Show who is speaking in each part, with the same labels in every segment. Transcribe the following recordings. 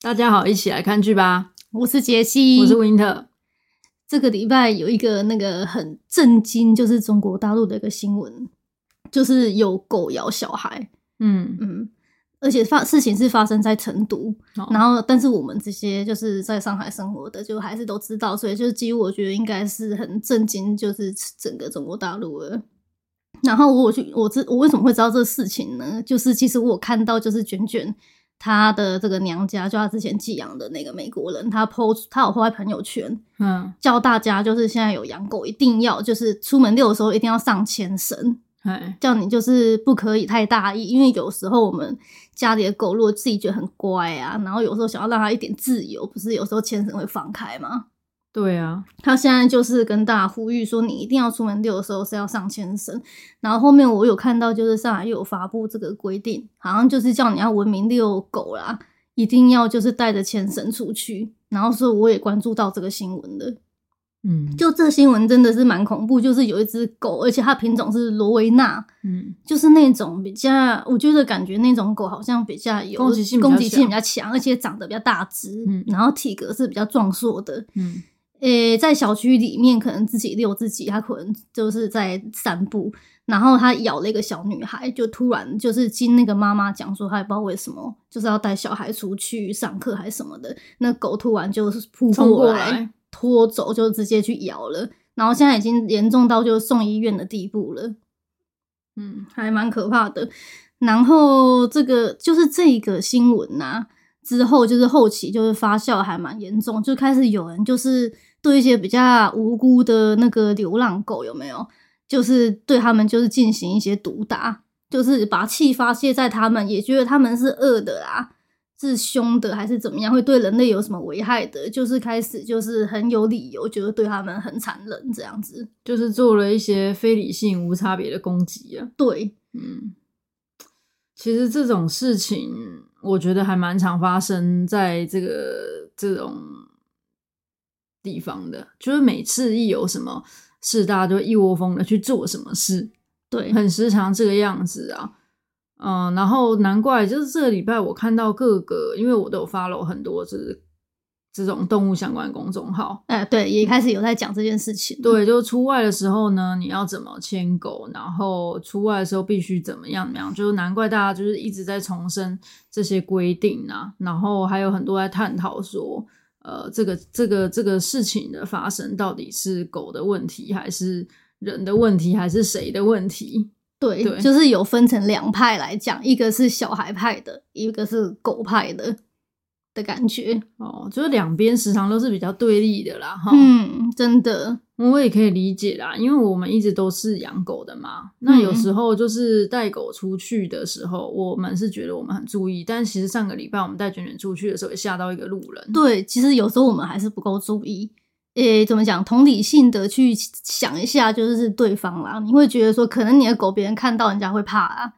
Speaker 1: 大家好，一起来看剧吧！
Speaker 2: 我是杰西，
Speaker 1: 我是 Winter。
Speaker 2: 这个礼拜有一个那个很震惊，就是中国大陆的一个新闻，就是有狗咬小孩，
Speaker 1: 嗯，
Speaker 2: 嗯，而且发事情是发生在成都，
Speaker 1: 好
Speaker 2: 然后但是我们这些就是在上海生活的，就还是都知道，所以就是几乎我觉得应该是很震惊，就是整个中国大陆了。然后我去，我知我为什么会知道这事情呢？就是其实我有看到，就是卷卷她的这个娘家，就她之前寄养的那个美国人，她 po 她有 po 在朋友圈，
Speaker 1: 嗯，
Speaker 2: 教大家就是现在有养狗一定要就是出门遛的时候一定要上牵绳，
Speaker 1: 哎，
Speaker 2: 叫你就是不可以太大意，因为有时候我们家里的狗如果自己觉得很乖啊，然后有时候想要让它一点自由，不是有时候牵绳会放开吗？
Speaker 1: 对啊，
Speaker 2: 他现在就是跟大家呼吁说，你一定要出门遛的时候是要上牵绳。然后后面我有看到，就是上海又有发布这个规定，好像就是叫你要文明遛狗啦，一定要就是带着牵绳出去。然后所以我也关注到这个新闻的，
Speaker 1: 嗯
Speaker 2: 就这新闻真的是蛮恐怖，就是有一只狗，而且它品种是罗维纳，
Speaker 1: 嗯，
Speaker 2: 就是那种比较，我觉得感觉那种狗好像比较有
Speaker 1: 攻击性比较
Speaker 2: 攻击性
Speaker 1: 强
Speaker 2: 比较强，而且长得比较大只，
Speaker 1: 嗯
Speaker 2: 然后体格是比较壮硕的。
Speaker 1: 嗯，
Speaker 2: 诶、呃在小区里面可能自己遛自己，它可能就是在散步，然后它咬了一个小女孩，就突然就是经那个妈妈讲说，她也不知道为什么，就是要带小孩出去上课还是什么的，那狗突然就是扑
Speaker 1: 冲过
Speaker 2: 来
Speaker 1: 来
Speaker 2: 拖走，就直接去咬了，然后现在已经严重到就送医院的地步了。
Speaker 1: 嗯，
Speaker 2: 还蛮可怕的。然后这个就是这个新闻呐、之后就是后期就是发酵还蛮严重，就开始有人就是对一些比较无辜的那个流浪狗有没有，就是对他们就是进行一些毒打，就是把气发泄在他们，也觉得他们是恶的啊。是凶的还是怎么样？会对人类有什么危害的？就是开始就是很有理由，觉得对他们很残忍这样子。
Speaker 1: 就是做了一些非理性、无差别的攻击啊。
Speaker 2: 对，
Speaker 1: 嗯，其实这种事情，我觉得还蛮常发生在这个这种地方的，就是每次一有什么事，大家就一窝蜂的去做什么事，
Speaker 2: 对，
Speaker 1: 很时常这个样子啊。嗯，然后难怪就是这个礼拜我看到各个，因为我都有 follow 很多就是这种动物相关公众号，
Speaker 2: 哎、对，也开始有在讲这件事情。
Speaker 1: 对，就出外的时候呢，你要怎么牵狗，然后出外的时候必须怎么样怎么样，就是难怪大家就是一直在重申这些规定啊，然后还有很多在探讨说，呃，这个这个这个事情的发生到底是狗的问题，还是人的问题，还是谁的问题？
Speaker 2: 对，
Speaker 1: 对
Speaker 2: 就是有分成两派来讲，一个是小孩派的，一个是狗派的的感觉。
Speaker 1: 哦，就是两边时常都是比较对立的啦，哈。
Speaker 2: 嗯，真的，
Speaker 1: 我也可以理解啦，因为我们一直都是养狗的嘛。那有
Speaker 2: 嗯
Speaker 1: 时候就是带狗出去的时候，我们是觉得我们很注意，但其实上个礼拜我们带卷卷出去的时候，也吓到一个路人。，
Speaker 2: 对，其实有时候我们还是不够注意。诶，怎么讲？同理性的去想一下，就是对方啦，你会觉得说，可能你的狗别人看到，人家会怕啊。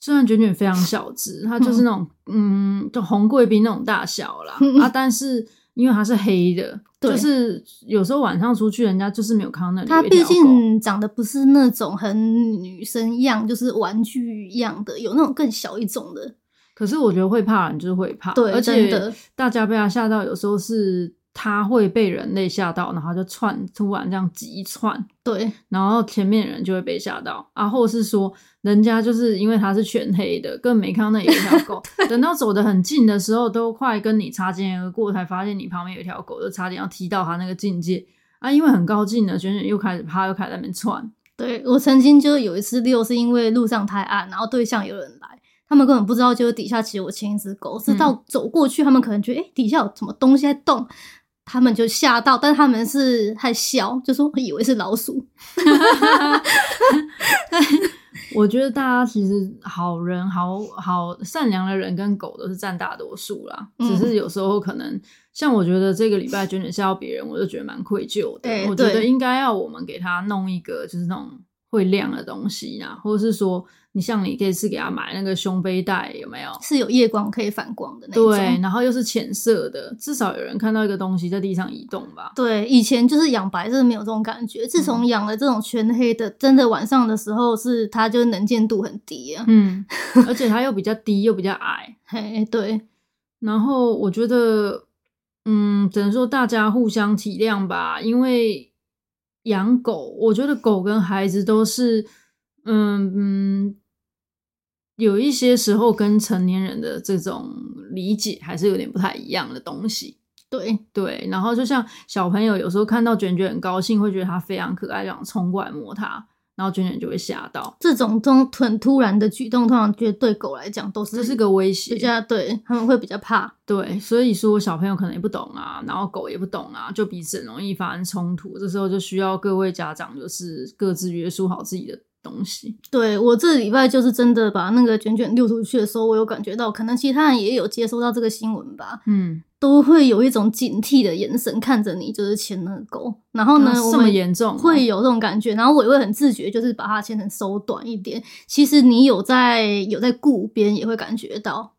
Speaker 1: 虽然卷卷非常小 只，它就是那种嗯就红贵宾那种大小啦
Speaker 2: 嗯
Speaker 1: 啊，但是因为它是黑的，
Speaker 2: 对
Speaker 1: 就是有时候晚上出去，人家就是没有看到那里
Speaker 2: 它
Speaker 1: 有一条
Speaker 2: 毕
Speaker 1: 狗
Speaker 2: 竟长得不是那种很女生样，就是玩具一样的，有那种更小一种的。
Speaker 1: 可是我觉得会怕人就是会怕，
Speaker 2: 对
Speaker 1: 而
Speaker 2: 真的
Speaker 1: 且大家被他吓到，有时候是他会被人类吓到，然后就窜，突然这样急窜，
Speaker 2: 对，
Speaker 1: 然后前面的人就会被吓到，啊，或是说人家就是因为他是全黑的，更没看到那有一条狗，等到走得很近的时候，都快跟你擦肩而过，才发现你旁边有一条狗，就差点要踢到他那个境界。啊，因为很高兴的，卷卷又开始趴，又开始在那边窜，
Speaker 2: 对我曾经就是有一次遛，是因为路上太暗，然后对象有人来，他们根本不知道，就是底下其实我牵一只狗，直
Speaker 1: 嗯
Speaker 2: 到走过去，他们可能觉得哎、诶底下有什么东西在动，他们就吓到，但他们是还笑，就说以为是老鼠。
Speaker 1: 我觉得大家其实好人、好好善良的人跟狗都是占大多数啦，
Speaker 2: 嗯
Speaker 1: 只是有时候可能像我觉得这个礼拜卷卷吓到别人，我就觉得蛮愧疚的。
Speaker 2: 哎
Speaker 1: 我觉得
Speaker 2: 对
Speaker 1: 应该要我们给他弄一个就是那种会亮的东西啊，或者是说你像你这次给他买那个胸背带有没有？
Speaker 2: 是有夜光可以反光的那种。
Speaker 1: 对，然后又是浅色的，至少有人看到一个东西在地上移动吧。
Speaker 2: 对，以前就是养白真的没有这种感觉，自
Speaker 1: 嗯
Speaker 2: 从养了这种全黑的，真的晚上的时候是它就能见度很低啊。
Speaker 1: 嗯，而且它又比较低，又比较矮，
Speaker 2: 嘿，对，
Speaker 1: 然后我觉得，嗯，只能说大家互相体谅吧，因为养狗，我觉得狗跟孩子都是，嗯嗯，有一些时候跟成年人的这种理解还是有点不太一样的东西。
Speaker 2: 对，
Speaker 1: 对，然后就像小朋友有时候看到卷卷很高兴，会觉得它非常可爱，想冲过来摸它，然后卷卷就会吓到，
Speaker 2: 这种突很突然的举动，通常觉得对狗来讲都是
Speaker 1: 这是个威胁
Speaker 2: 比。较对，他们会比较怕。
Speaker 1: 对，所以说小朋友可能也不懂啊，然后狗也不懂啊，就彼此很容易发生冲突。这时候就需要各位家长就是各自约束好自己的东西。
Speaker 2: 对我这礼拜就是真的把那个卷卷溜出去的时候，我有感觉到，可能其他人也有接收到这个新闻吧，
Speaker 1: 嗯，
Speaker 2: 都会有一种警惕的眼神看着你，就是牵那个狗。然后呢，
Speaker 1: 啊
Speaker 2: 我
Speaker 1: 这么
Speaker 2: 们
Speaker 1: 严重哦
Speaker 2: 会有这种感觉，然后我也会很自觉，就是把它牵成收短一点。其实你有在有在顾边，也会感觉到。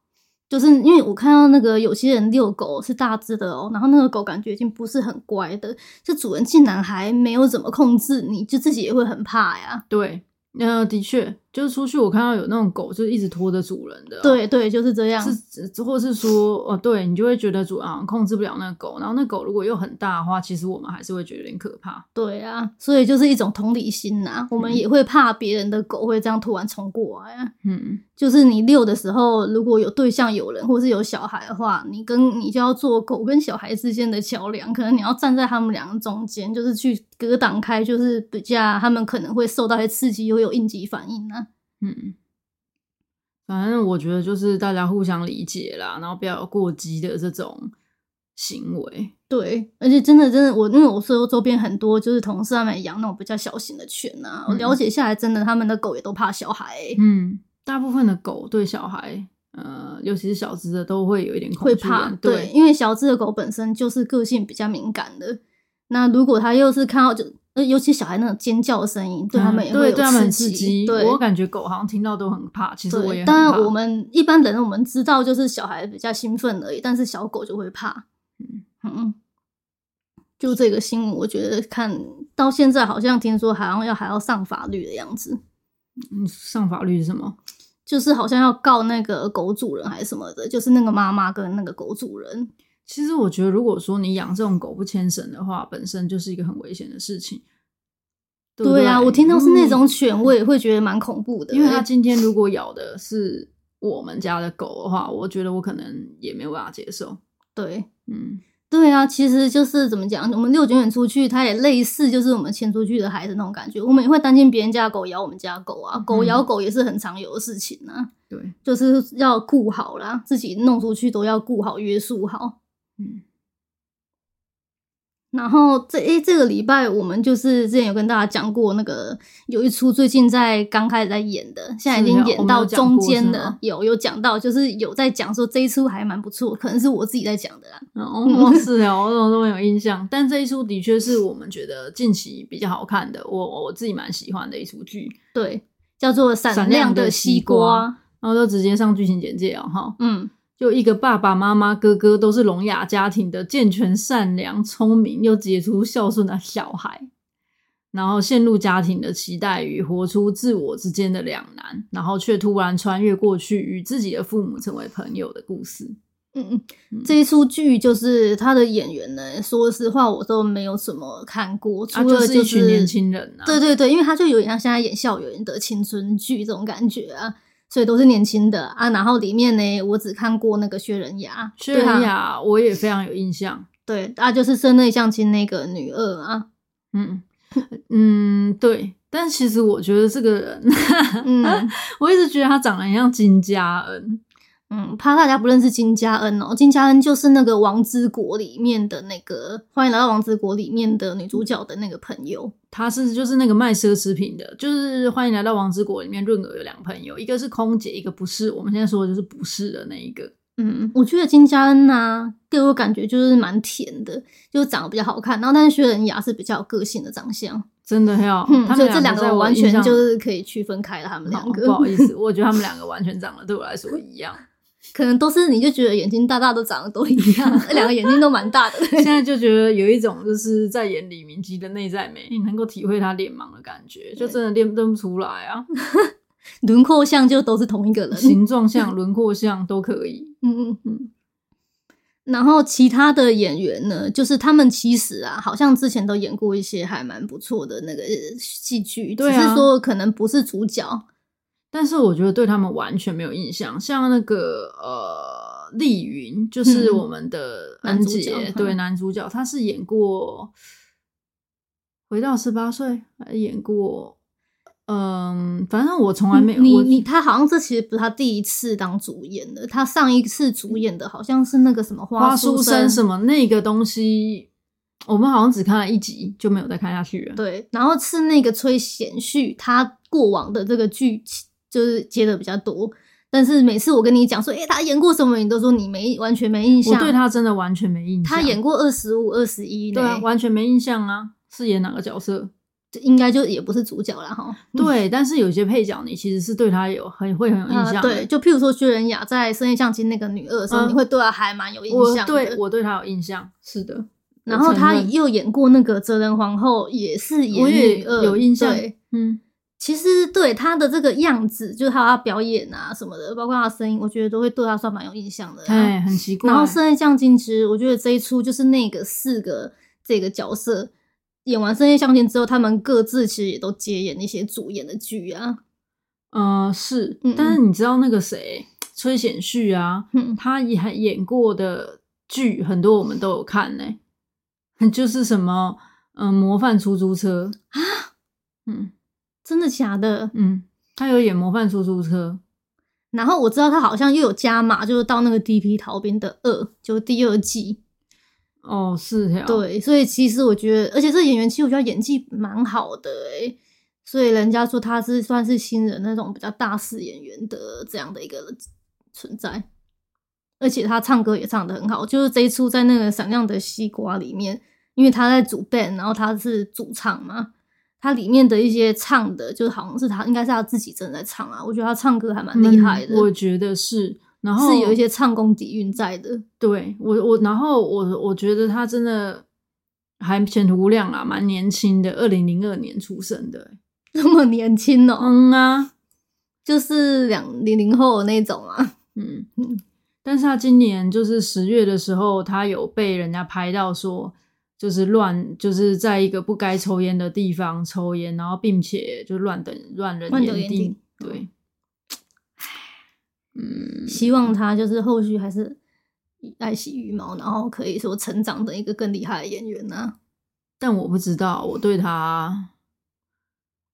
Speaker 2: 就是因为我看到那个有些人遛狗是大只的哦，然后那个狗感觉已经不是很乖的，这主人竟然还没有怎么控制你，就自己也会很怕呀。
Speaker 1: 对，那、的确，就是出去我看到有那种狗，就是一直拖着主人的、，啊
Speaker 2: 对对，就是这样。
Speaker 1: 是，或是说，哦，对你就会觉得主人好像控制不了那个狗，然后那狗如果又很大的话，其实我们还是会觉得有点可怕。
Speaker 2: 对啊，所以就是一种同理心呐、我们也会怕别人的狗会这样突然冲过来、啊。
Speaker 1: 嗯，
Speaker 2: 就是你遛的时候，如果有对象、有人，或是有小孩的话，你跟你就要做狗跟小孩之间的桥梁，可能你要站在他们两个中间，就是去隔挡开，就是比较他们可能会受到一些刺激，会有应急反应啊。
Speaker 1: 嗯，反正我觉得就是大家互相理解啦，然后不要有过激的这种行为。
Speaker 2: 对，而且真的真的，我因为我说周边很多就是同事他们也养那种比较小型的犬啊，我
Speaker 1: 嗯
Speaker 2: 了解下来，真的他们的狗也都怕小孩欸、
Speaker 1: 嗯，大部分的狗对小孩，呃，尤其是小只的，都会有一点恐
Speaker 2: 会
Speaker 1: 惧
Speaker 2: 怕
Speaker 1: 感。，
Speaker 2: 对，因为小只的狗本身就是个性比较敏感的，那如果它又是看到就，呃尤其小孩那种尖叫的声音，对他们
Speaker 1: 嗯
Speaker 2: 也会
Speaker 1: 对
Speaker 2: 有
Speaker 1: 对他们很
Speaker 2: 刺
Speaker 1: 刺激。
Speaker 2: 对，
Speaker 1: 我感觉狗好像听到都很怕，其实我也
Speaker 2: 对，
Speaker 1: 很
Speaker 2: 当
Speaker 1: 怕。
Speaker 2: 然我们一般人我们知道就是小孩比较兴奋而已，但是小狗就会怕。
Speaker 1: 嗯
Speaker 2: 嗯，就这个新闻，我觉得看到现在好像听说好像要还要上法律的样子。
Speaker 1: 嗯上法律是什么？
Speaker 2: 就是好像要告那个狗主人还是什么的，就是那个妈妈跟那个狗主人，
Speaker 1: 其实我觉得，如果说你养这种狗不牵绳的话，本身就是一个很危险的事情。对不
Speaker 2: 对啊，我听到是那
Speaker 1: 嗯
Speaker 2: 种犬，我也会觉得蛮恐怖的欸、
Speaker 1: 因为它今天如果咬的是我们家的狗的话，我觉得我可能也没有办法接受。
Speaker 2: 对
Speaker 1: 嗯，
Speaker 2: 对啊，其实就是怎么讲，我们遛卷卷出去，它也类似就是我们牵出去的孩子那种感觉。我们也会担心别人家的狗咬我们家的狗啊，
Speaker 1: 嗯
Speaker 2: 狗咬狗也是很常有的事情啊，
Speaker 1: 对，
Speaker 2: 就是要顾好啦，自己弄出去都要顾好约束好。
Speaker 1: 嗯
Speaker 2: 然后这诶、这个礼拜我们就是之前有跟大家讲过，那个有一出最近在刚开始在演的，现在已
Speaker 1: 是
Speaker 2: 经
Speaker 1: 啊
Speaker 2: 演
Speaker 1: 我们
Speaker 2: 到
Speaker 1: 有讲
Speaker 2: 中
Speaker 1: 过
Speaker 2: 间
Speaker 1: 是
Speaker 2: 了
Speaker 1: 吗，
Speaker 2: 有有讲到，就是有在讲说这一出还蛮不错，可能是我自己在讲的啦。
Speaker 1: 哦，是哦，我怎么都没有印象。但这一出的确是我们觉得近期比较好看的，我我自己蛮喜欢的一出剧。
Speaker 2: 对，叫做《闪
Speaker 1: 闪亮
Speaker 2: 亮
Speaker 1: 的
Speaker 2: 西
Speaker 1: 西
Speaker 2: 瓜
Speaker 1: 瓜》。然后就直接上剧情简介哦，哈，
Speaker 2: 嗯，
Speaker 1: 就一个爸爸妈妈、哥哥都是聋哑家庭的健全、善良、聪明又杰出、孝顺的小孩，然后陷入家庭的期待与活出自我之间的两难，然后却突然穿越过去，与自己的父母成为朋友的故事。
Speaker 2: 嗯嗯
Speaker 1: 嗯，
Speaker 2: 这一出剧就是他的演员呢，说实话我都没有什么看过，除
Speaker 1: 啊，
Speaker 2: 了
Speaker 1: 是一群年轻人啊，
Speaker 2: 对对对，因为他就有点像现在演校园的青春剧这种感觉啊，所以都是年轻的啊。然后里面呢，我只看过那个薛仁雅，
Speaker 1: 薛
Speaker 2: 对啊
Speaker 1: 仁，雅我也非常有印象。
Speaker 2: 对啊，就是《室内相亲》那个女二啊，
Speaker 1: 嗯 嗯，对。但其实我觉得这个人，
Speaker 2: 嗯
Speaker 1: 我一直觉得他长得很像金佳恩。
Speaker 2: 嗯，怕大家不认识金佳恩哦，金佳恩就是那个《王之国》里面的那个《欢迎来到王之国》里面的女主角的那个朋友，嗯
Speaker 1: 他是就是那个卖奢侈品的，就是欢迎来到王之国里面，润儿有两个朋友，一个是空姐，一个不是。我们现在说的就是不是的那一个。
Speaker 2: 嗯，我觉得金佳恩呐、给我感觉就是蛮甜的，就长得比较好看，然后但是薛仁雅是比较有个性的长相，
Speaker 1: 真的要，
Speaker 2: 嗯，
Speaker 1: 他
Speaker 2: 就
Speaker 1: 们
Speaker 2: 这两
Speaker 1: 个在
Speaker 2: 个
Speaker 1: 我
Speaker 2: 完
Speaker 1: 印
Speaker 2: 全
Speaker 1: 象
Speaker 2: 就是可以区分开了，他们
Speaker 1: 好
Speaker 2: 两
Speaker 1: 不好
Speaker 2: 个
Speaker 1: 意思，我觉得他们两个完全长得对我来说一样。
Speaker 2: 可能都是你就觉得眼睛大大都长得都一样，两个眼睛都蛮大的，
Speaker 1: 现在就觉得有一种就是在演李明基的内在美，你能够体会他脸盲的感觉，就真的练认不出来 啊，
Speaker 2: 轮廓像就都是同一个人，
Speaker 1: 形状像、轮廓像都可以。
Speaker 2: 嗯嗯
Speaker 1: 嗯
Speaker 2: 嗯。然后其他的演员呢，就是他们其实啊，好像之前都演过一些还蛮不错的那个呃戏剧，
Speaker 1: 对
Speaker 2: 只
Speaker 1: 啊
Speaker 2: 是说可能不是主角。
Speaker 1: 但是我觉得对他们完全没有印象。像那个呃，丽云就是
Speaker 2: 嗯
Speaker 1: 我们的
Speaker 2: 男
Speaker 1: 恩
Speaker 2: 主
Speaker 1: 姐，
Speaker 2: 角
Speaker 1: 对
Speaker 2: 嗯
Speaker 1: 男主角，他是演过《回到十八岁》，还演过嗯，反正我从来没有
Speaker 2: 你
Speaker 1: 我
Speaker 2: 你他好像这其实不是他第一次当主演的，他上一次主演的好像是那个什么
Speaker 1: 嗯花
Speaker 2: 书
Speaker 1: 书
Speaker 2: 生
Speaker 1: 生什么那个东西，我们好像只看了一集就没有再看下去了。
Speaker 2: 对，然后是那个崔贤旭，他过往的这个剧就是接的比较多，但是每次我跟你讲说，诶、他演过什么，你都说你没完全没印象。
Speaker 1: 我对他真的完全没印象。
Speaker 2: 他演过二十五、二十一，
Speaker 1: 对啊，完全没印象啊，是演哪个角色？
Speaker 2: 应该就也不是主角了哈。
Speaker 1: 对，但是有些配角你其实是对他有很会很有印
Speaker 2: 啊、
Speaker 1: 象的、
Speaker 2: 对，就譬如说薛仁雅在《深夜相亲》那个女二的时候，
Speaker 1: 嗯
Speaker 2: 你会对她还蛮有印
Speaker 1: 我
Speaker 2: 象的。
Speaker 1: 对我对他有印象，是的。
Speaker 2: 然后
Speaker 1: 我承
Speaker 2: 她
Speaker 1: 认
Speaker 2: 又演过那个哲仁皇后，也是演
Speaker 1: 我也
Speaker 2: 女二，
Speaker 1: 有印象
Speaker 2: 对
Speaker 1: 嗯，
Speaker 2: 其实对她的这个样子，就是还有她表演啊什么的，包括她的声音，我觉得都会对她算蛮有印象的、啊
Speaker 1: 哎，很奇怪。
Speaker 2: 然后《深夜相亲》其实我觉得这一出就是那个四个这个角色演完《深夜相亲》之后，他们各自其实也都接演一些主演的剧啊。
Speaker 1: 呃，是
Speaker 2: 嗯，
Speaker 1: 但是你知道那个谁，崔显旭啊，
Speaker 2: 嗯，
Speaker 1: 他也还演过的剧很多，我们都有看呢、 就是什么，嗯、模范出租车啊，嗯
Speaker 2: 真的假的？
Speaker 1: 嗯，他有演模范出租车，
Speaker 2: 然后我知道他好像又有加码，就是到那个《D.P. 逃兵》的二，就是第二季。
Speaker 1: 哦，是条，
Speaker 2: 对，所以其实我觉得，而且这演员其实我觉得他演技蛮好的诶、所以人家说他是算是新人那种比较大势演员的这样的一个存在。而且他唱歌也唱得很好，就是这一出在那个《闪亮的西瓜》里面，因为他在主 band，然后他是主唱嘛，他里面的一些唱的，就是好像是他应该是他自己真的在唱啊，我觉得他唱歌还蛮厉害的。
Speaker 1: 嗯我觉得是。然后
Speaker 2: 是有一些唱功底蕴在的。
Speaker 1: 对我我，然后我我觉得他真的还前途无量啦，蛮年轻的，二零零二年出生的欸、
Speaker 2: 那么年轻哦、
Speaker 1: 嗯啊，
Speaker 2: 就是两零零后的那种啊。
Speaker 1: 嗯
Speaker 2: 嗯
Speaker 1: 但是他今年就是十月的时候，他有被人家拍到说，就是乱，就是在一个不该抽烟的地方抽烟，然后并且就乱等乱人
Speaker 2: 乱
Speaker 1: 眼
Speaker 2: 得眼
Speaker 1: 地
Speaker 2: 地，
Speaker 1: 对，嗯，
Speaker 2: 希望他就是后续还是爱惜羽毛，然后可以说成长的一个更厉害的演员啊。
Speaker 1: 但我不知道，我对他，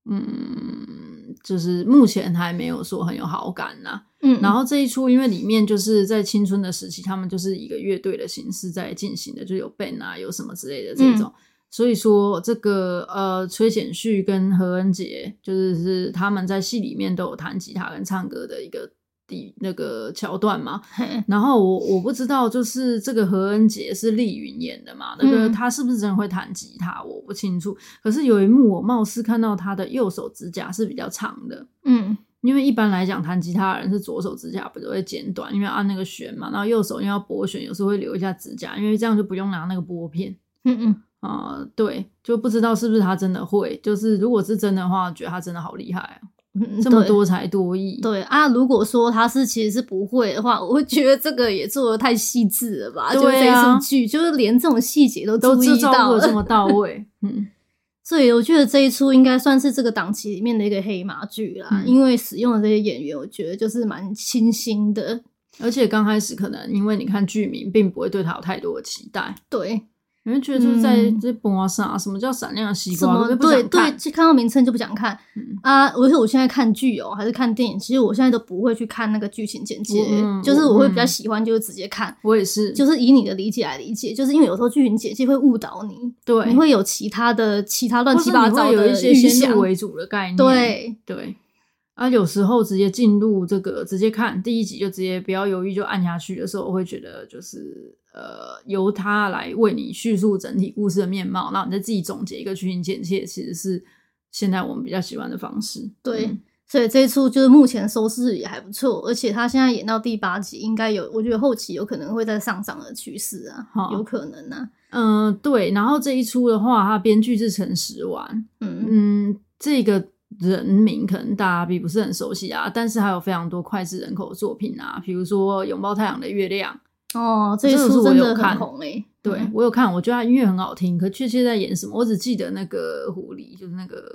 Speaker 1: 嗯，就是目前还没有说很有好感啊呐、
Speaker 2: 嗯
Speaker 1: 然后这一出，因为里面就是在青春的时期，他们就是一个乐队的形式在进行的，就有 band 啊，有什么之类的这种。所以说，这个呃，崔显旭跟何恩杰，就是是他们在戏里面都有弹吉他跟唱歌的一个底那个桥段嘛。
Speaker 2: 嘿
Speaker 1: 然后我我不知道，就是这个何恩杰是丽云演的嘛？那个
Speaker 2: 嗯
Speaker 1: 她是不是真的会弹吉他？我不清楚。可是有一幕，我貌似看到她的右手指甲是比较长的，
Speaker 2: 嗯
Speaker 1: 因为一般来讲弹吉他的人是左手指甲不都会剪短，因为按那个弦嘛，然后右手因为要拨弦，有时候会留一下指甲，因为这样就不用拿那个拨片。
Speaker 2: 嗯嗯，
Speaker 1: 啊、对，就不知道是不是他真的会。就是如果是真的话，我觉得他真的好厉害、啊，
Speaker 2: 嗯
Speaker 1: 这么
Speaker 2: 对
Speaker 1: 多才多艺。
Speaker 2: 对啊，如果说他是其实是不会的话，我会觉得这个也做的太细致了吧？就是
Speaker 1: 对
Speaker 2: 这一
Speaker 1: 啊
Speaker 2: 出剧，就是连这种细节都
Speaker 1: 都
Speaker 2: 注
Speaker 1: 制
Speaker 2: 意
Speaker 1: 造
Speaker 2: 到
Speaker 1: 的
Speaker 2: 了
Speaker 1: 这。么到位， 嗯，
Speaker 2: 所以我觉得这一出应该算是这个档期里面的一个黑马剧啦，
Speaker 1: 嗯
Speaker 2: 因为使用的这些演员，我觉得就是蛮清新的。
Speaker 1: 而且刚开始可能因为你看剧名，并不会对他有太多的期待，
Speaker 2: 对，
Speaker 1: 你会觉得就是在
Speaker 2: 嗯
Speaker 1: 这播啊啥，什么叫闪亮的西
Speaker 2: 什
Speaker 1: 瓜，根
Speaker 2: 么
Speaker 1: 本不
Speaker 2: 对
Speaker 1: 想
Speaker 2: 对，
Speaker 1: 看。
Speaker 2: 就看到名称就不想看、
Speaker 1: 嗯
Speaker 2: 啊！而且我现在看剧哦、还是看电影，其实我现在都不会去看那个剧情简介，
Speaker 1: 嗯
Speaker 2: 就是
Speaker 1: 我
Speaker 2: 我会比较
Speaker 1: 嗯
Speaker 2: 喜欢就是直接看，
Speaker 1: 我也是，
Speaker 2: 就是以你的理解来理解，就是因为有时候剧情简介会误导你，
Speaker 1: 对，
Speaker 2: 你会有其他的其他乱
Speaker 1: 或
Speaker 2: 七
Speaker 1: 是
Speaker 2: 八
Speaker 1: 你
Speaker 2: 糟
Speaker 1: 会有
Speaker 2: 的
Speaker 1: 一些
Speaker 2: 预
Speaker 1: 先
Speaker 2: 想
Speaker 1: 入。为主的嗯概念，
Speaker 2: 对，
Speaker 1: 对。啊，有时候直接进入这个，直接看第一集就直接不要犹豫就按下去的时候，我会觉得就是呃，由他来为你叙述整体故事的面貌，然后你再自己总结一个剧情简介，其实是现在我们比较喜欢的方式。
Speaker 2: 对
Speaker 1: 嗯
Speaker 2: 所以这一出就是目前收视也还不错，而且他现在演到第八集，应该有，我觉得后期有可能会再上涨的趋势啊，
Speaker 1: 好
Speaker 2: 有可能啊，
Speaker 1: 嗯、对。然后这一出的话，他编剧是陈时完，
Speaker 2: 嗯，
Speaker 1: 嗯，这个人名可能大家并不是很熟悉啊，但是还有非常多脍炙人口的作品啊，比如说《拥抱太阳的月亮》
Speaker 2: 哦，这一
Speaker 1: 这个是
Speaker 2: 出
Speaker 1: 我
Speaker 2: 真
Speaker 1: 有
Speaker 2: 的很
Speaker 1: 看
Speaker 2: 红诶、
Speaker 1: 对、
Speaker 2: 嗯
Speaker 1: 我有看，我觉得他音乐很好听，可确切在演什么，我只记得那个狐狸，就是那个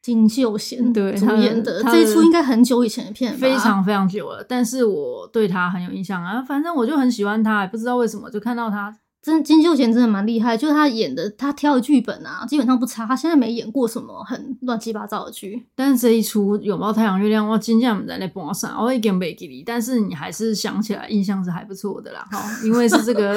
Speaker 2: 金秀贤
Speaker 1: 对
Speaker 2: 主
Speaker 1: 他的
Speaker 2: 演的
Speaker 1: 他
Speaker 2: 这一
Speaker 1: 的
Speaker 2: 出应该很久以前的片了吧，
Speaker 1: 非常非常久了，但是我对他很有印象啊。反正我就很喜欢他，也不知道为什么，就看到他
Speaker 2: 真金秀贤真的蛮厉害，就是他演的，他挑的剧本啊，基本上不差。他现在没演过什么很乱七八糟的剧，
Speaker 1: 但是这一出《拥抱太阳月亮》，我今天我们在那播上，我已经没记你，但是你还是想起来，印象是还不错的啦，哈，因为是这个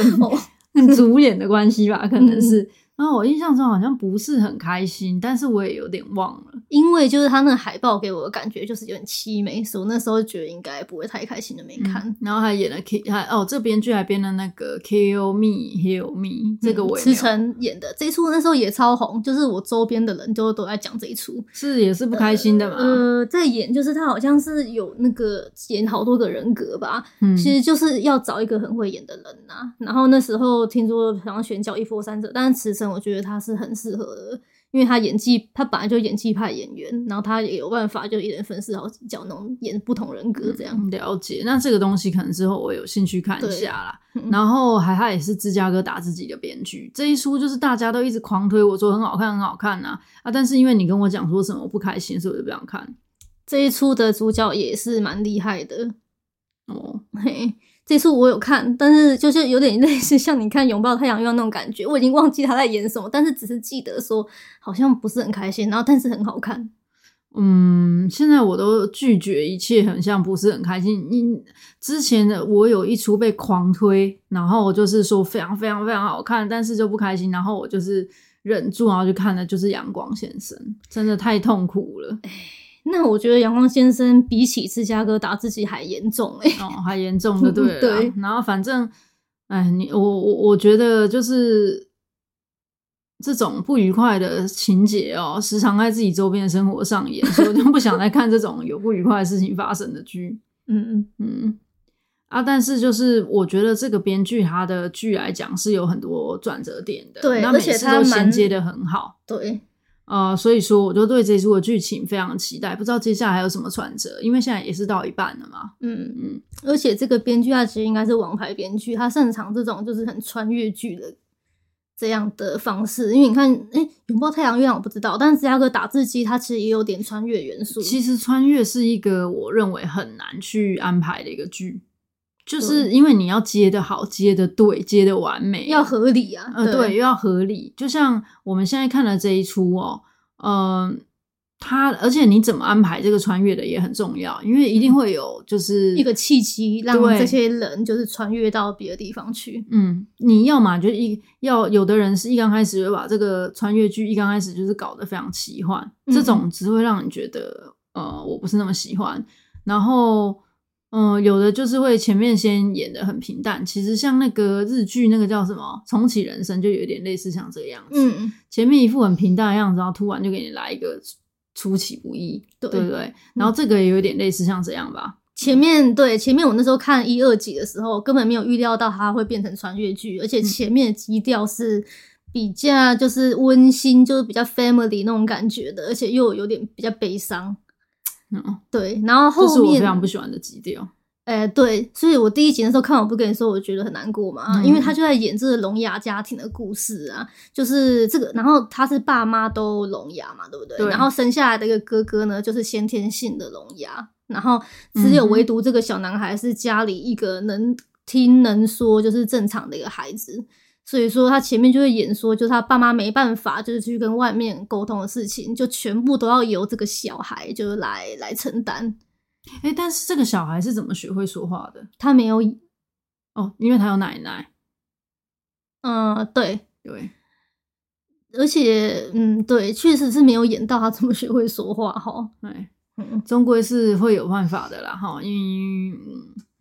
Speaker 1: 主演的关系吧，可能是。然后我印象中好像不是很开心，但是我也有点忘了。
Speaker 2: 因为就是他那个海报给我的感觉就是有点凄美，所以我那时候觉得应该不会太开心的没看。
Speaker 1: 嗯然后还演了 K，还哦，这编剧还编了那个 Kill Me Heal
Speaker 2: 嗯
Speaker 1: Me，这个我也没
Speaker 2: 池
Speaker 1: 有
Speaker 2: 诚演的这一出那时候也超红，就是我周边的人就都在讲这一出。
Speaker 1: 是也是不开心的嘛。
Speaker 2: 呃，在演就是他好像是有那个演好多个人格吧，
Speaker 1: 嗯，
Speaker 2: 其实就是要找一个很会演的人呐、然后那时候听说想要选角一波三折，但是池诚我觉得他是很适合的，因为他演技，他本来就演技派演员，然后他也有办法就一人分饰好几角，那种演不同人格这样。
Speaker 1: 嗯了解。那这个东西可能之后我有兴趣看一
Speaker 2: 对
Speaker 1: 下啦。
Speaker 2: 嗯
Speaker 1: 然后还他也是芝加哥打自己的编剧，这一出就是大家都一直狂推我说很好看很好看呐啊但是因为你跟我讲说什么我不开心，所以我就不想看。
Speaker 2: 这一出的主角也是蛮厉害的，
Speaker 1: 哦，
Speaker 2: 嘿，这一出我有看，但是就是有点 类似像你看《拥抱太阳月亮》那种感觉，我已经忘记他在演什么，但是只是记得说好像不是很开心，然后但是很好看。
Speaker 1: 嗯，现在我都拒绝一切，很像不是很开心。你之前的我有一出被狂推，然后我就是说非常非常非常好看，但是就不开心，然后我就是忍住，然后就看的就是《阳光先生》，真的太痛苦了。
Speaker 2: 那我觉得阳光先生比起芝加哥打自己还严重哎、
Speaker 1: 哦，还严重的对了啦
Speaker 2: 对
Speaker 1: 然后反正，哎，你我我我觉得就是这种不愉快的情节哦，时常在自己周边的生活上演，所以我就不想再看这种有不愉快的事情发生的剧。
Speaker 2: 嗯嗯，
Speaker 1: 嗯，啊，但是就是我觉得这个编剧他的剧来讲是有很多转折点的，
Speaker 2: 对
Speaker 1: 那
Speaker 2: 而
Speaker 1: 每
Speaker 2: 且
Speaker 1: 次
Speaker 2: 他
Speaker 1: 都
Speaker 2: 蛮
Speaker 1: 衔接的很好。
Speaker 2: 对，
Speaker 1: 呃，所以说我就对这一出的剧情非常期待，不知道接下来还有什么转折，因为现在也是到一半了嘛。
Speaker 2: 嗯
Speaker 1: 嗯
Speaker 2: 嗯，而且这个编剧他其实应该是王牌编剧，他擅长这种就是很穿越剧的这样的方式。因为你看，哎、拥抱太阳月亮我不知道，但是芝加哥打字机它其实也有点穿越元素。
Speaker 1: 其实穿越是一个我认为很难去安排的一个剧，就是因为你要接的好、接的对、接的完美，
Speaker 2: 要合理啊，
Speaker 1: 呃对，又要合理。就像我们现在看的这一出哦，嗯、它而且你怎么安排这个穿越的也很重要，因为一定会有就是
Speaker 2: 嗯一个契机让
Speaker 1: 对
Speaker 2: 这些人就是穿越到别的地方去。
Speaker 1: 嗯，你要嘛就一要有的人是一刚开始就把这个穿越剧一刚开始就是搞得非常奇幻，
Speaker 2: 嗯
Speaker 1: 这种只会让你觉得呃我不是那么喜欢。然后嗯、呃有的就是会前面先演的很平淡，其实像那个日剧那个叫什么《重启人生》，就有点类似像这个样子，
Speaker 2: 嗯，
Speaker 1: 前面一副很平淡的样子，然后突然就给你来一个出其不意，
Speaker 2: 对嗯
Speaker 1: 对不对？然后这个也有点类似像这样吧，
Speaker 2: 前面对前面我那时候看一二集的时候，根本没有预料到它会变成穿越剧，而且
Speaker 1: 嗯
Speaker 2: 前面的基调是比较就是温馨，就是比较 family 那种感觉的，而且又有点比较悲伤。
Speaker 1: 嗯，
Speaker 2: 对，然后
Speaker 1: 这
Speaker 2: 后
Speaker 1: 是我非
Speaker 2: 面，
Speaker 1: 常不喜欢的基调。
Speaker 2: 哎、对，所以我第一集的时候看，我不跟你说，我觉得很难过嘛，啊
Speaker 1: 嗯
Speaker 2: 因为他就在演这个聋哑家庭的故事啊，就是这个，然后他是爸妈都聋哑嘛，对不对？
Speaker 1: 对
Speaker 2: 然后生下来的一个哥哥呢，就是先天性的聋哑，然后只有
Speaker 1: 嗯哼
Speaker 2: 唯独这个小男孩是家里一个能听能说，就是正常的一个孩子。所以说他前面就会演说，就是他爸妈没办法，就是去跟外面沟通的事情，就全部都要由这个小孩就是来来承担。
Speaker 1: 哎、但是这个小孩是怎么学会说话的？
Speaker 2: 他没有，
Speaker 1: 哦，因为他有奶奶。
Speaker 2: 嗯、对，
Speaker 1: 对，
Speaker 2: 而且，嗯，对，确实是没有演到他怎么学会说话哈。
Speaker 1: 哎，
Speaker 2: 嗯，
Speaker 1: 终归是会有办法的啦，哈，因为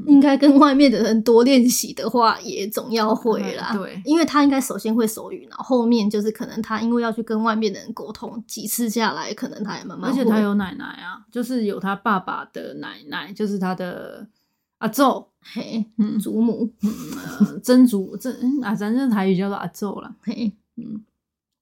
Speaker 1: 嗯
Speaker 2: 应该跟外面的人多练习的话，也总要会啦。
Speaker 1: 嗯对
Speaker 2: 因为他应该首先会手语，然后后面就是可能他因为要去跟外面的人沟通，几次下来，可能他也慢慢
Speaker 1: 而
Speaker 2: 会。
Speaker 1: 且他有奶奶啊，就是有他爸爸的奶奶，就是他的阿昼，
Speaker 2: 嘿
Speaker 1: 嗯，
Speaker 2: 祖母，
Speaker 1: 呃曾祖曾嗯啊，咱这台语叫做阿昼啦。
Speaker 2: 嘿，
Speaker 1: 嗯，嗯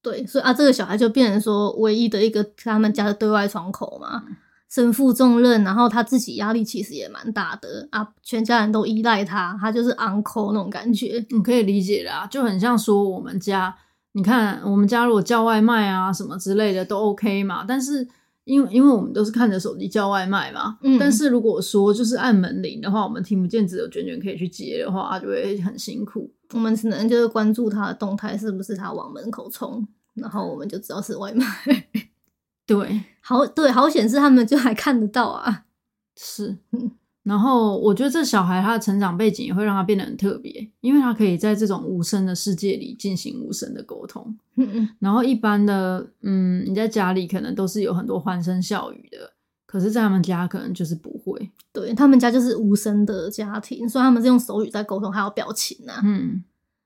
Speaker 2: 对，所以啊，这个小孩就变成说唯一的一个他们家的对外窗口嘛。身负重任，然后他自己压力其实也蛮大的啊，全家人都依赖他，他就是 uncle 那种感觉。
Speaker 1: 你可以理解啦，就很像说我们家，你看我们家如果叫外卖啊什么之类的都 OK 嘛，但是因为因为我们都是看着手机叫外卖嘛，
Speaker 2: 嗯
Speaker 1: 但是如果说就是按门铃的话，我们听不见，只有卷卷可以去接的话，他就会很辛苦。
Speaker 2: 我们只能就是关注他的动态，是不是他往门口冲，然后我们就知道是外卖。
Speaker 1: 对，
Speaker 2: 好，对，好显示他们就还看得到啊。
Speaker 1: 是
Speaker 2: 嗯。
Speaker 1: 然后我觉得这小孩他的成长背景也会让他变得很特别，因为他可以在这种无声的世界里进行无声的沟通。
Speaker 2: 嗯嗯，
Speaker 1: 然后一般的，嗯，你在家里可能都是有很多欢声笑语的，可是，在他们家可能就是不会。
Speaker 2: 对他们家就是无声的家庭，所以他们是用手语在沟通，还有表情啊。
Speaker 1: 嗯，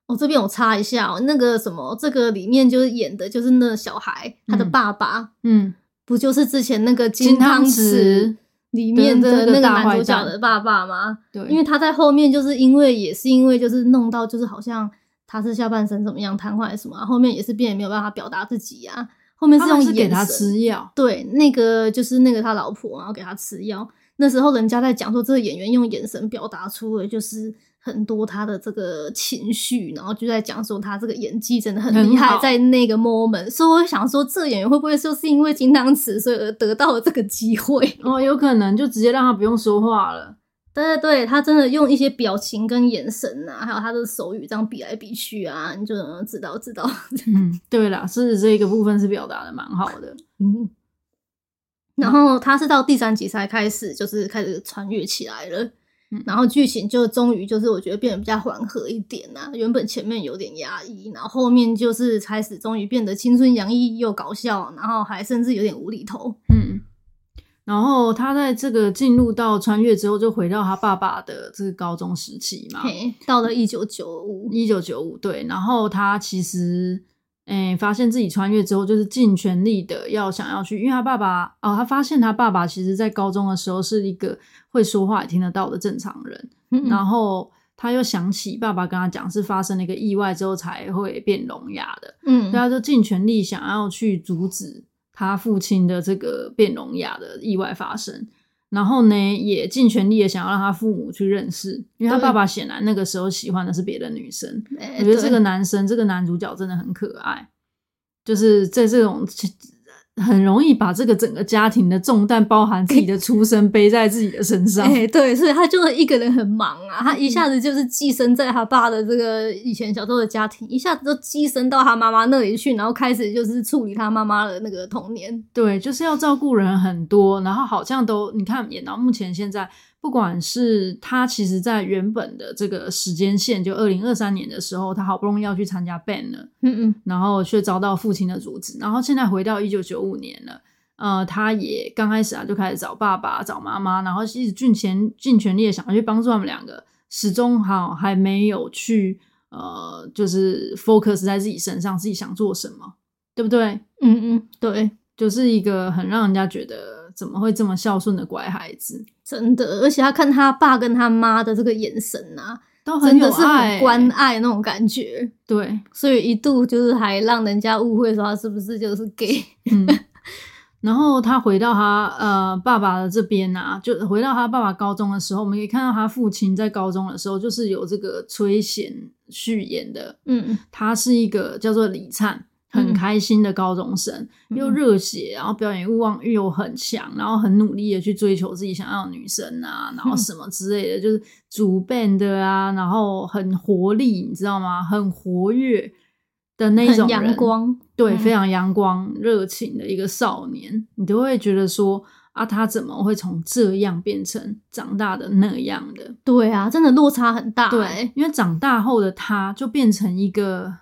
Speaker 2: 哦，这边我插一下哦，那个什么，这个里面就是演的就是那小孩，他的
Speaker 1: 嗯
Speaker 2: 爸爸、
Speaker 1: 嗯，
Speaker 2: 不就是之前那个
Speaker 1: 金
Speaker 2: 汤
Speaker 1: 汤
Speaker 2: 匙
Speaker 1: 匙
Speaker 2: 里面的那
Speaker 1: 的那
Speaker 2: 个
Speaker 1: 个大
Speaker 2: 男主
Speaker 1: 坏
Speaker 2: 角
Speaker 1: 蛋
Speaker 2: 的爸爸吗？
Speaker 1: 对，
Speaker 2: 因为他在后面就是因为也是因为就是弄到就是好像他是下半身怎么样瘫痪还是什么啊，后面也是变得没有办法表达自己呀、后面
Speaker 1: 他
Speaker 2: 用
Speaker 1: 们
Speaker 2: 眼
Speaker 1: 是
Speaker 2: 神
Speaker 1: 给他吃药，
Speaker 2: 对，那个就是那个他老婆，然后给他吃药。那时候人家在讲说，这个演员用眼神表达出了就是很多他的这个情绪，然后就在讲说他这个演技真的很厉
Speaker 1: 很
Speaker 2: 害，
Speaker 1: 好
Speaker 2: 在那个 moment。所以我想说，这演员会不会就是因为金汤匙，所以而得到了这个机会？
Speaker 1: 哦，有可能就直接让他不用说话了。
Speaker 2: 对对对，他真的用一些表情跟眼神啊，还有他的手语这样比来比去啊，你就能知道知道。
Speaker 1: 嗯， 对啦，是这个部分是表达的蛮好的。
Speaker 2: 嗯，然后他是到第三集才开始，就是开始穿越起来了。
Speaker 1: 嗯
Speaker 2: 然后剧情就终于就是我觉得变得比较缓和一点啦、原本前面有点压抑，然后后面就是开始终于变得青春洋溢又搞笑，然后还甚至有点无厘头。
Speaker 1: 嗯，然后他在这个进入到穿越之后，就回到他爸爸的这个高中时期嘛。
Speaker 2: 嘿，到了一九九五，
Speaker 1: 一九九五对，然后他其实，诶、发现自己穿越之后，就是尽全力的要想要去，因为他爸爸哦，他发现他爸爸其实在高中的时候是一个会说话也听得到的正常人，
Speaker 2: 嗯
Speaker 1: 然后他又想起爸爸跟他讲是发生了一个意外之后才会变聋哑的，
Speaker 2: 嗯
Speaker 1: 所以他就尽全力想要去阻止他父亲的这个变聋哑的意外发生。然后呢，也尽全力的想要让他父母去认识，因为他
Speaker 2: 对
Speaker 1: 爸爸显然那个时候喜欢的是别的女生，
Speaker 2: 哎
Speaker 1: 我觉得
Speaker 2: 对
Speaker 1: 这个男生，这个男主角真的很可爱，就是在这种很容易把这个整个家庭的重担，包含自己的出身，背在自己的身上。
Speaker 2: 哎、对，所以他就一个人很忙啊，他一下子就是寄生在他爸的这个以前小时候的家庭，一下子就寄生到他妈妈那里去，然后开始就是处理他妈妈的那个童年。
Speaker 1: 对，就是要照顾人很多，然后好像都你看演到目前现在，不管是他其实，在原本的这个时间线，就二零二三年的时候，他好不容易要去参加 band 了，
Speaker 2: 嗯嗯，
Speaker 1: 然后却遭到父亲的阻止，然后现在回到一九九五年了。呃，他也刚开始啊，就开始找爸爸、找妈妈，然后一直尽全尽全力的想要去帮助他们两个，始终好还没有去呃，就是 focus 在自己身上，自己想做什么，对不对？
Speaker 2: 嗯嗯，对，
Speaker 1: 就是一个很让人家觉得怎么会这么孝顺的乖孩子，
Speaker 2: 真的，而且他看他爸跟他妈的这个眼神啊，
Speaker 1: 都
Speaker 2: 真
Speaker 1: 很有
Speaker 2: 的是
Speaker 1: 爱、欸
Speaker 2: 很关爱那种感觉，
Speaker 1: 对，
Speaker 2: 所以一度就是还让人家误会说他是不是就是 gay。
Speaker 1: 嗯。然后他回到他呃爸爸的这边啊，就回到他爸爸高中的时候，我们可以看到他父亲在高中的时候，就是有这个崔贤旭演的，
Speaker 2: 嗯，
Speaker 1: 他是一个叫做李灿，
Speaker 2: 嗯
Speaker 1: 很开心的高中生，又
Speaker 2: 嗯
Speaker 1: 热血，然后表演欲望又很强，然后很努力的去追求自己想要的女生啊，
Speaker 2: 嗯
Speaker 1: 然后什么之类的，就是主 band 的啊，然后很活力，你知道吗？很活跃的那一
Speaker 2: 很
Speaker 1: 种
Speaker 2: 阳
Speaker 1: 人
Speaker 2: 光。
Speaker 1: 对，
Speaker 2: 嗯
Speaker 1: 非常阳光、热情的一个少年，你都会觉得说啊，他怎么会从这样变成长大的那样的？
Speaker 2: 对啊，真的落差很大、欸。
Speaker 1: 因为长大后的他就变成一个，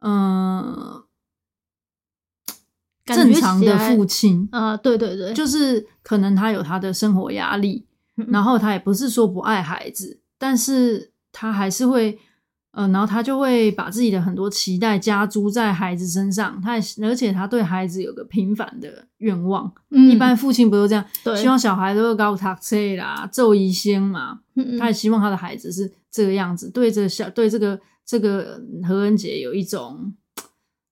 Speaker 1: 嗯、
Speaker 2: 感
Speaker 1: 正
Speaker 2: 觉
Speaker 1: 常
Speaker 2: 起
Speaker 1: 的
Speaker 2: 来
Speaker 1: 父亲，
Speaker 2: 啊、对对对，
Speaker 1: 就是可能他有他的生活压力，
Speaker 2: 嗯嗯
Speaker 1: 然后他也不是说不爱孩子，但是他还是会，呃，然后他就会把自己的很多期待加诸在孩子身上，他也而且他对孩子有个平凡的愿望。
Speaker 2: 嗯
Speaker 1: 一般父亲不都这样，
Speaker 2: 对
Speaker 1: 希望小孩都高读册啦，做医生嘛，
Speaker 2: 嗯嗯
Speaker 1: 他也希望他的孩子是这个样子，对这个小对这个这个何恩杰有一种。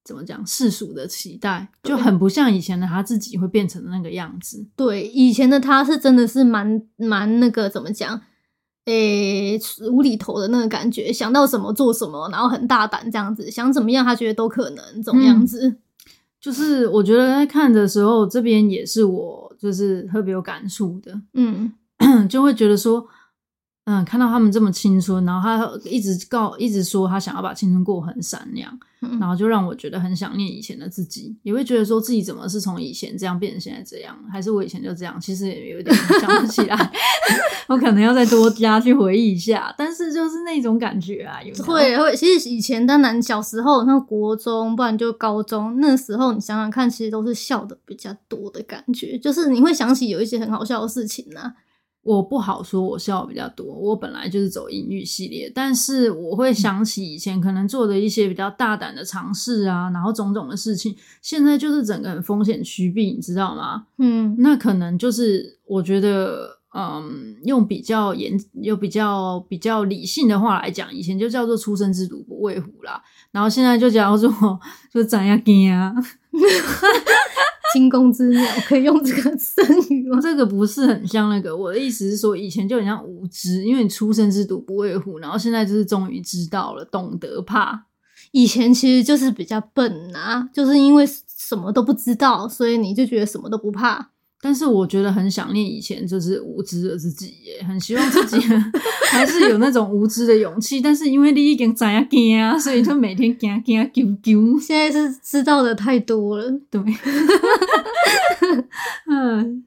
Speaker 1: 怎么讲世俗的期待，就很不像以前的他自己会变成那个样子。
Speaker 2: 对，以前的他是真的是蛮蛮那个怎么讲，诶、无厘头的那个感觉，想到什么做什么，然后很大胆这样子，想怎么样他觉得都可能，这种样
Speaker 1: 嗯
Speaker 2: 子。
Speaker 1: 就是我觉得在看的时候，这边也是我就是特别有感触的，
Speaker 2: 嗯，
Speaker 1: 就会觉得说，嗯，看到他们这么青春，然后他一直告一直说他想要把青春过得很闪亮，
Speaker 2: 嗯
Speaker 1: 然后就让我觉得很想念以前的自己，也会觉得说自己怎么是从以前这样变成现在这样，还是我以前就这样？其实也有点想不起来， 我可能要再多加去回忆一下。但是就是那种感觉啊，有没有
Speaker 2: 会会，其实以前当然小时候，像国中，不然就高中，那时候你想想看，其实都是笑的比较多的感觉，就是你会想起有一些很好笑的事情啊。
Speaker 1: 我不好说，我笑比较多。我本来就是走隐喻系列，但是我会想起以前可能做的一些比较大胆的尝试啊，然后种种的事情，现在就是整个很风险趋避，你知道吗？
Speaker 2: 嗯
Speaker 1: 那可能就是我觉得，嗯，用比较严、又比较比较理性的话来讲，以前就叫做“初生之犊不畏虎”啦，然后现在就叫做 就长牙根啊，
Speaker 2: 惊弓之鸟可以用这个 成语吗？
Speaker 1: 这个不是很像那个。我的意思是说，以前就很像无知，因为你初生之犊不畏虎，然后现在就是终于知道了，懂得怕。
Speaker 2: 以前其实就是比较笨啊，就是因为什么都不知道，所以你就觉得什么都不怕。
Speaker 1: 但是我觉得很想念以前就是无知的自己耶，很希望自己 还是有那种无知的勇气。但是因为你已经知道惊啊，所以就每天惊惊丢丢。
Speaker 2: 现在是知道的太多了，
Speaker 1: 对， 嗯。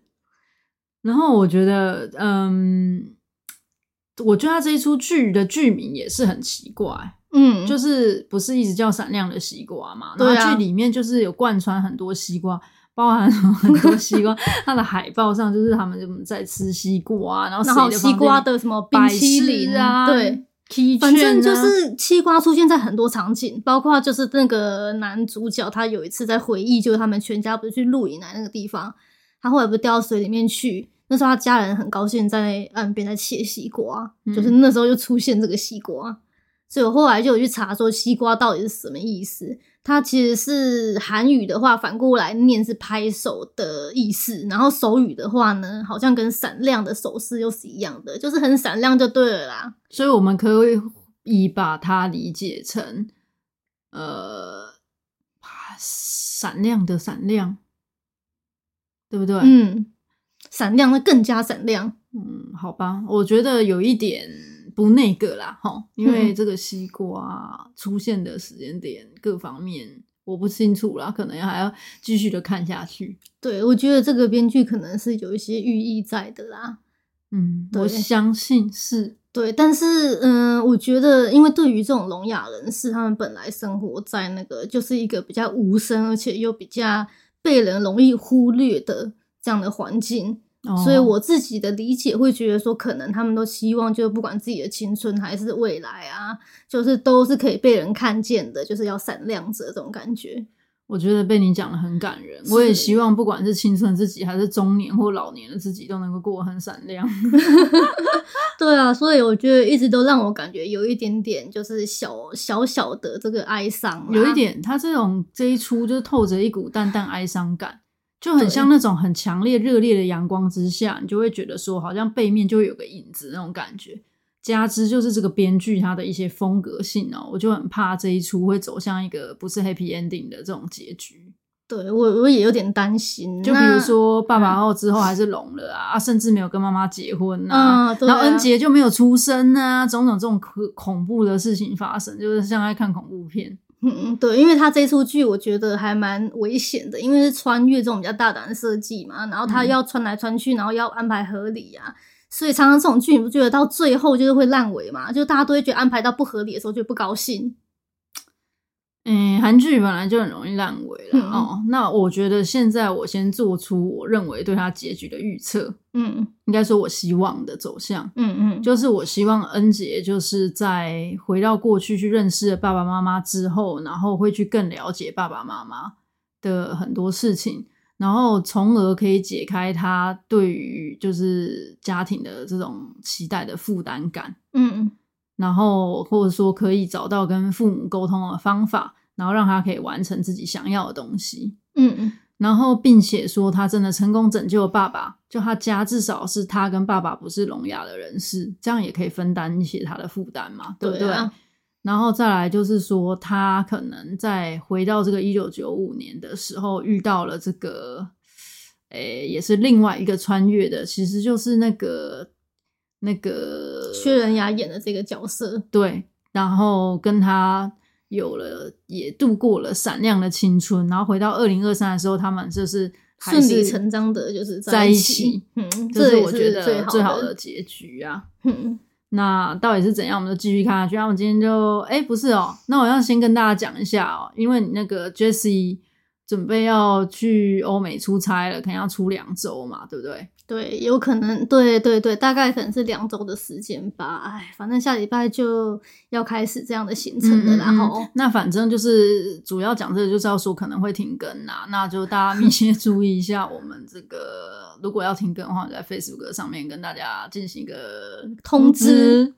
Speaker 1: 然后我觉得，嗯，我觉得他这一出剧的剧名也是很奇怪，
Speaker 2: 嗯，就
Speaker 1: 就是不是一直叫闪亮的西瓜嘛？
Speaker 2: 对啊
Speaker 1: 然后剧里面就是有贯穿很多西瓜，包含很多西 瓜。它的海报上就是他们就在吃西瓜，啊然后
Speaker 2: 然后
Speaker 1: 谁
Speaker 2: 西瓜的什么冰淇淋
Speaker 1: 啊，
Speaker 2: 对，
Speaker 1: K
Speaker 2: 反正就是西瓜出现在很多场景，包括就是那个男主角他有一次在回忆，就是他们全家不是去露营啊来那个地方，他后来不是掉到水里面去，那时候他家人很高兴在岸边在切西瓜，
Speaker 1: 嗯
Speaker 2: 就是那时候就出现这个西瓜，所以我后来就有去查说西瓜到底是什么意思。它其实是韩语的话，反过来念是拍手的意思，然后手语的话呢，好像跟闪亮的手势又是一样的，就是很闪亮就对了啦。
Speaker 1: 所以我们可以把它理解成，呃，闪亮的闪亮，对不对？
Speaker 2: 嗯，闪亮，那更加闪亮。
Speaker 1: 嗯，好吧，我觉得有一点不那个啦，哈，因为
Speaker 2: 嗯
Speaker 1: 这个西瓜出现的时间点各方面我不清楚啦，可能还要继续的看下去。
Speaker 2: 对，我觉得这个编剧可能是有一些寓意在的啦。
Speaker 1: 嗯，我
Speaker 2: 对
Speaker 1: 相信是，
Speaker 2: 对，但是嗯、我觉得，因为对于这种聋哑人士，他们本来生活在那个就是一个比较无声，而且又比较被人容易忽略的这样的环境，所以
Speaker 1: 哦
Speaker 2: 我自己的理解会觉得说，可能他们都希望，就是不管自己的青春还是未来啊，就是都是可以被人看见的，就是要闪亮着这种感觉。
Speaker 1: 我觉得被你讲的很感人，我也
Speaker 2: 是
Speaker 1: 希望不管是青春自己还是中年或老年的自己，都能够过得很闪亮。
Speaker 2: 对啊，所以我觉得一直都让我感觉有一点点就是小小小的这个哀伤啦，
Speaker 1: 有一点，他这种这一出就是透着一股淡淡哀伤感，就很像那种很强烈热烈的阳光之下，你就会觉得说好像背面就会有个影子那种感觉。加之就是这个编剧他的一些风格性哦，我就很怕这一出会走向一个不是 happy ending 的这种结局。
Speaker 2: 对我我也有点担心。
Speaker 1: 就比
Speaker 2: 那嗯
Speaker 1: 如，说爸爸后之后还是聋了啊，啊甚至没有跟妈妈结婚啊，
Speaker 2: 嗯，对啊
Speaker 1: 然后恩杰就没有出生啊，种种这种恐恐怖的事情发生，就是像在看恐怖片。
Speaker 2: 嗯，对，因为他这出剧我觉得还蛮危险的，因为是穿越这种比较大胆的设计嘛，然后他
Speaker 1: 嗯
Speaker 2: 要穿来穿去，然后要安排合理啊，所以常常这种剧你不觉得到最后就是会烂尾嘛？就大家都会觉得安排到不合理的时候就不高兴。
Speaker 1: 嗯，韩剧本来就很容易烂尾了、
Speaker 2: 嗯
Speaker 1: 哦。那我觉得现在我先做出我认为对它结局的预测，
Speaker 2: 嗯
Speaker 1: 应该说我希望的走向，
Speaker 2: 嗯嗯，
Speaker 1: 就是我希望恩杰就是在回到过去去认识了爸爸妈妈之后，然后会去更了解爸爸妈妈的很多事情，然后从而可以解开他对于就是家庭的这种期待的负担感。
Speaker 2: 嗯
Speaker 1: 然后或者说可以找到跟父母沟通的方法，然后让他可以完成自己想要的东西。
Speaker 2: 嗯嗯
Speaker 1: 然后，并且说他真的成功拯救了爸爸，就他家至少是他跟爸爸不是聋哑的人士，这样也可以分担一些他的负担嘛，对不对？
Speaker 2: 对啊
Speaker 1: 然后再来就是说，他可能在回到这个一九九五年的时候，遇到了这个，诶，也是另外一个穿越的，其实就是那个那个
Speaker 2: 薛仁雅演的这个角色，
Speaker 1: 对，然后跟他有了，也度过了闪亮的青春，然后回到二零二三的时候，他们就是还
Speaker 2: 顺理
Speaker 1: 是
Speaker 2: 成章的就是
Speaker 1: 在
Speaker 2: 一
Speaker 1: 起，
Speaker 2: 嗯，
Speaker 1: 就
Speaker 2: 这也
Speaker 1: 我觉得
Speaker 2: 最
Speaker 1: 最
Speaker 2: 好
Speaker 1: 好的，结局啊。
Speaker 2: 嗯，
Speaker 1: 那到底是怎样？我们就继续看下去。那我们今天就，哎、不是哦，那我要先跟大家讲一下哦，因为你那个 Jesse 准备要去欧美出差了，可能要出两周嘛，对不对？
Speaker 2: 对，有可能，对对对，大概可能是两周的时间吧。哎，反正下礼拜就要开始这样的行程了啦，嗯然后、
Speaker 1: 嗯那反正就是主要讲这个，就是要说可能会停更啦，那就大家密切注意一下我们这个， 如果要停更的话，我在 Facebook 上面跟大家进行一个
Speaker 2: 通知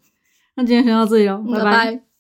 Speaker 1: 那今天先到这里喽，哦
Speaker 2: 拜
Speaker 1: 拜
Speaker 2: 拜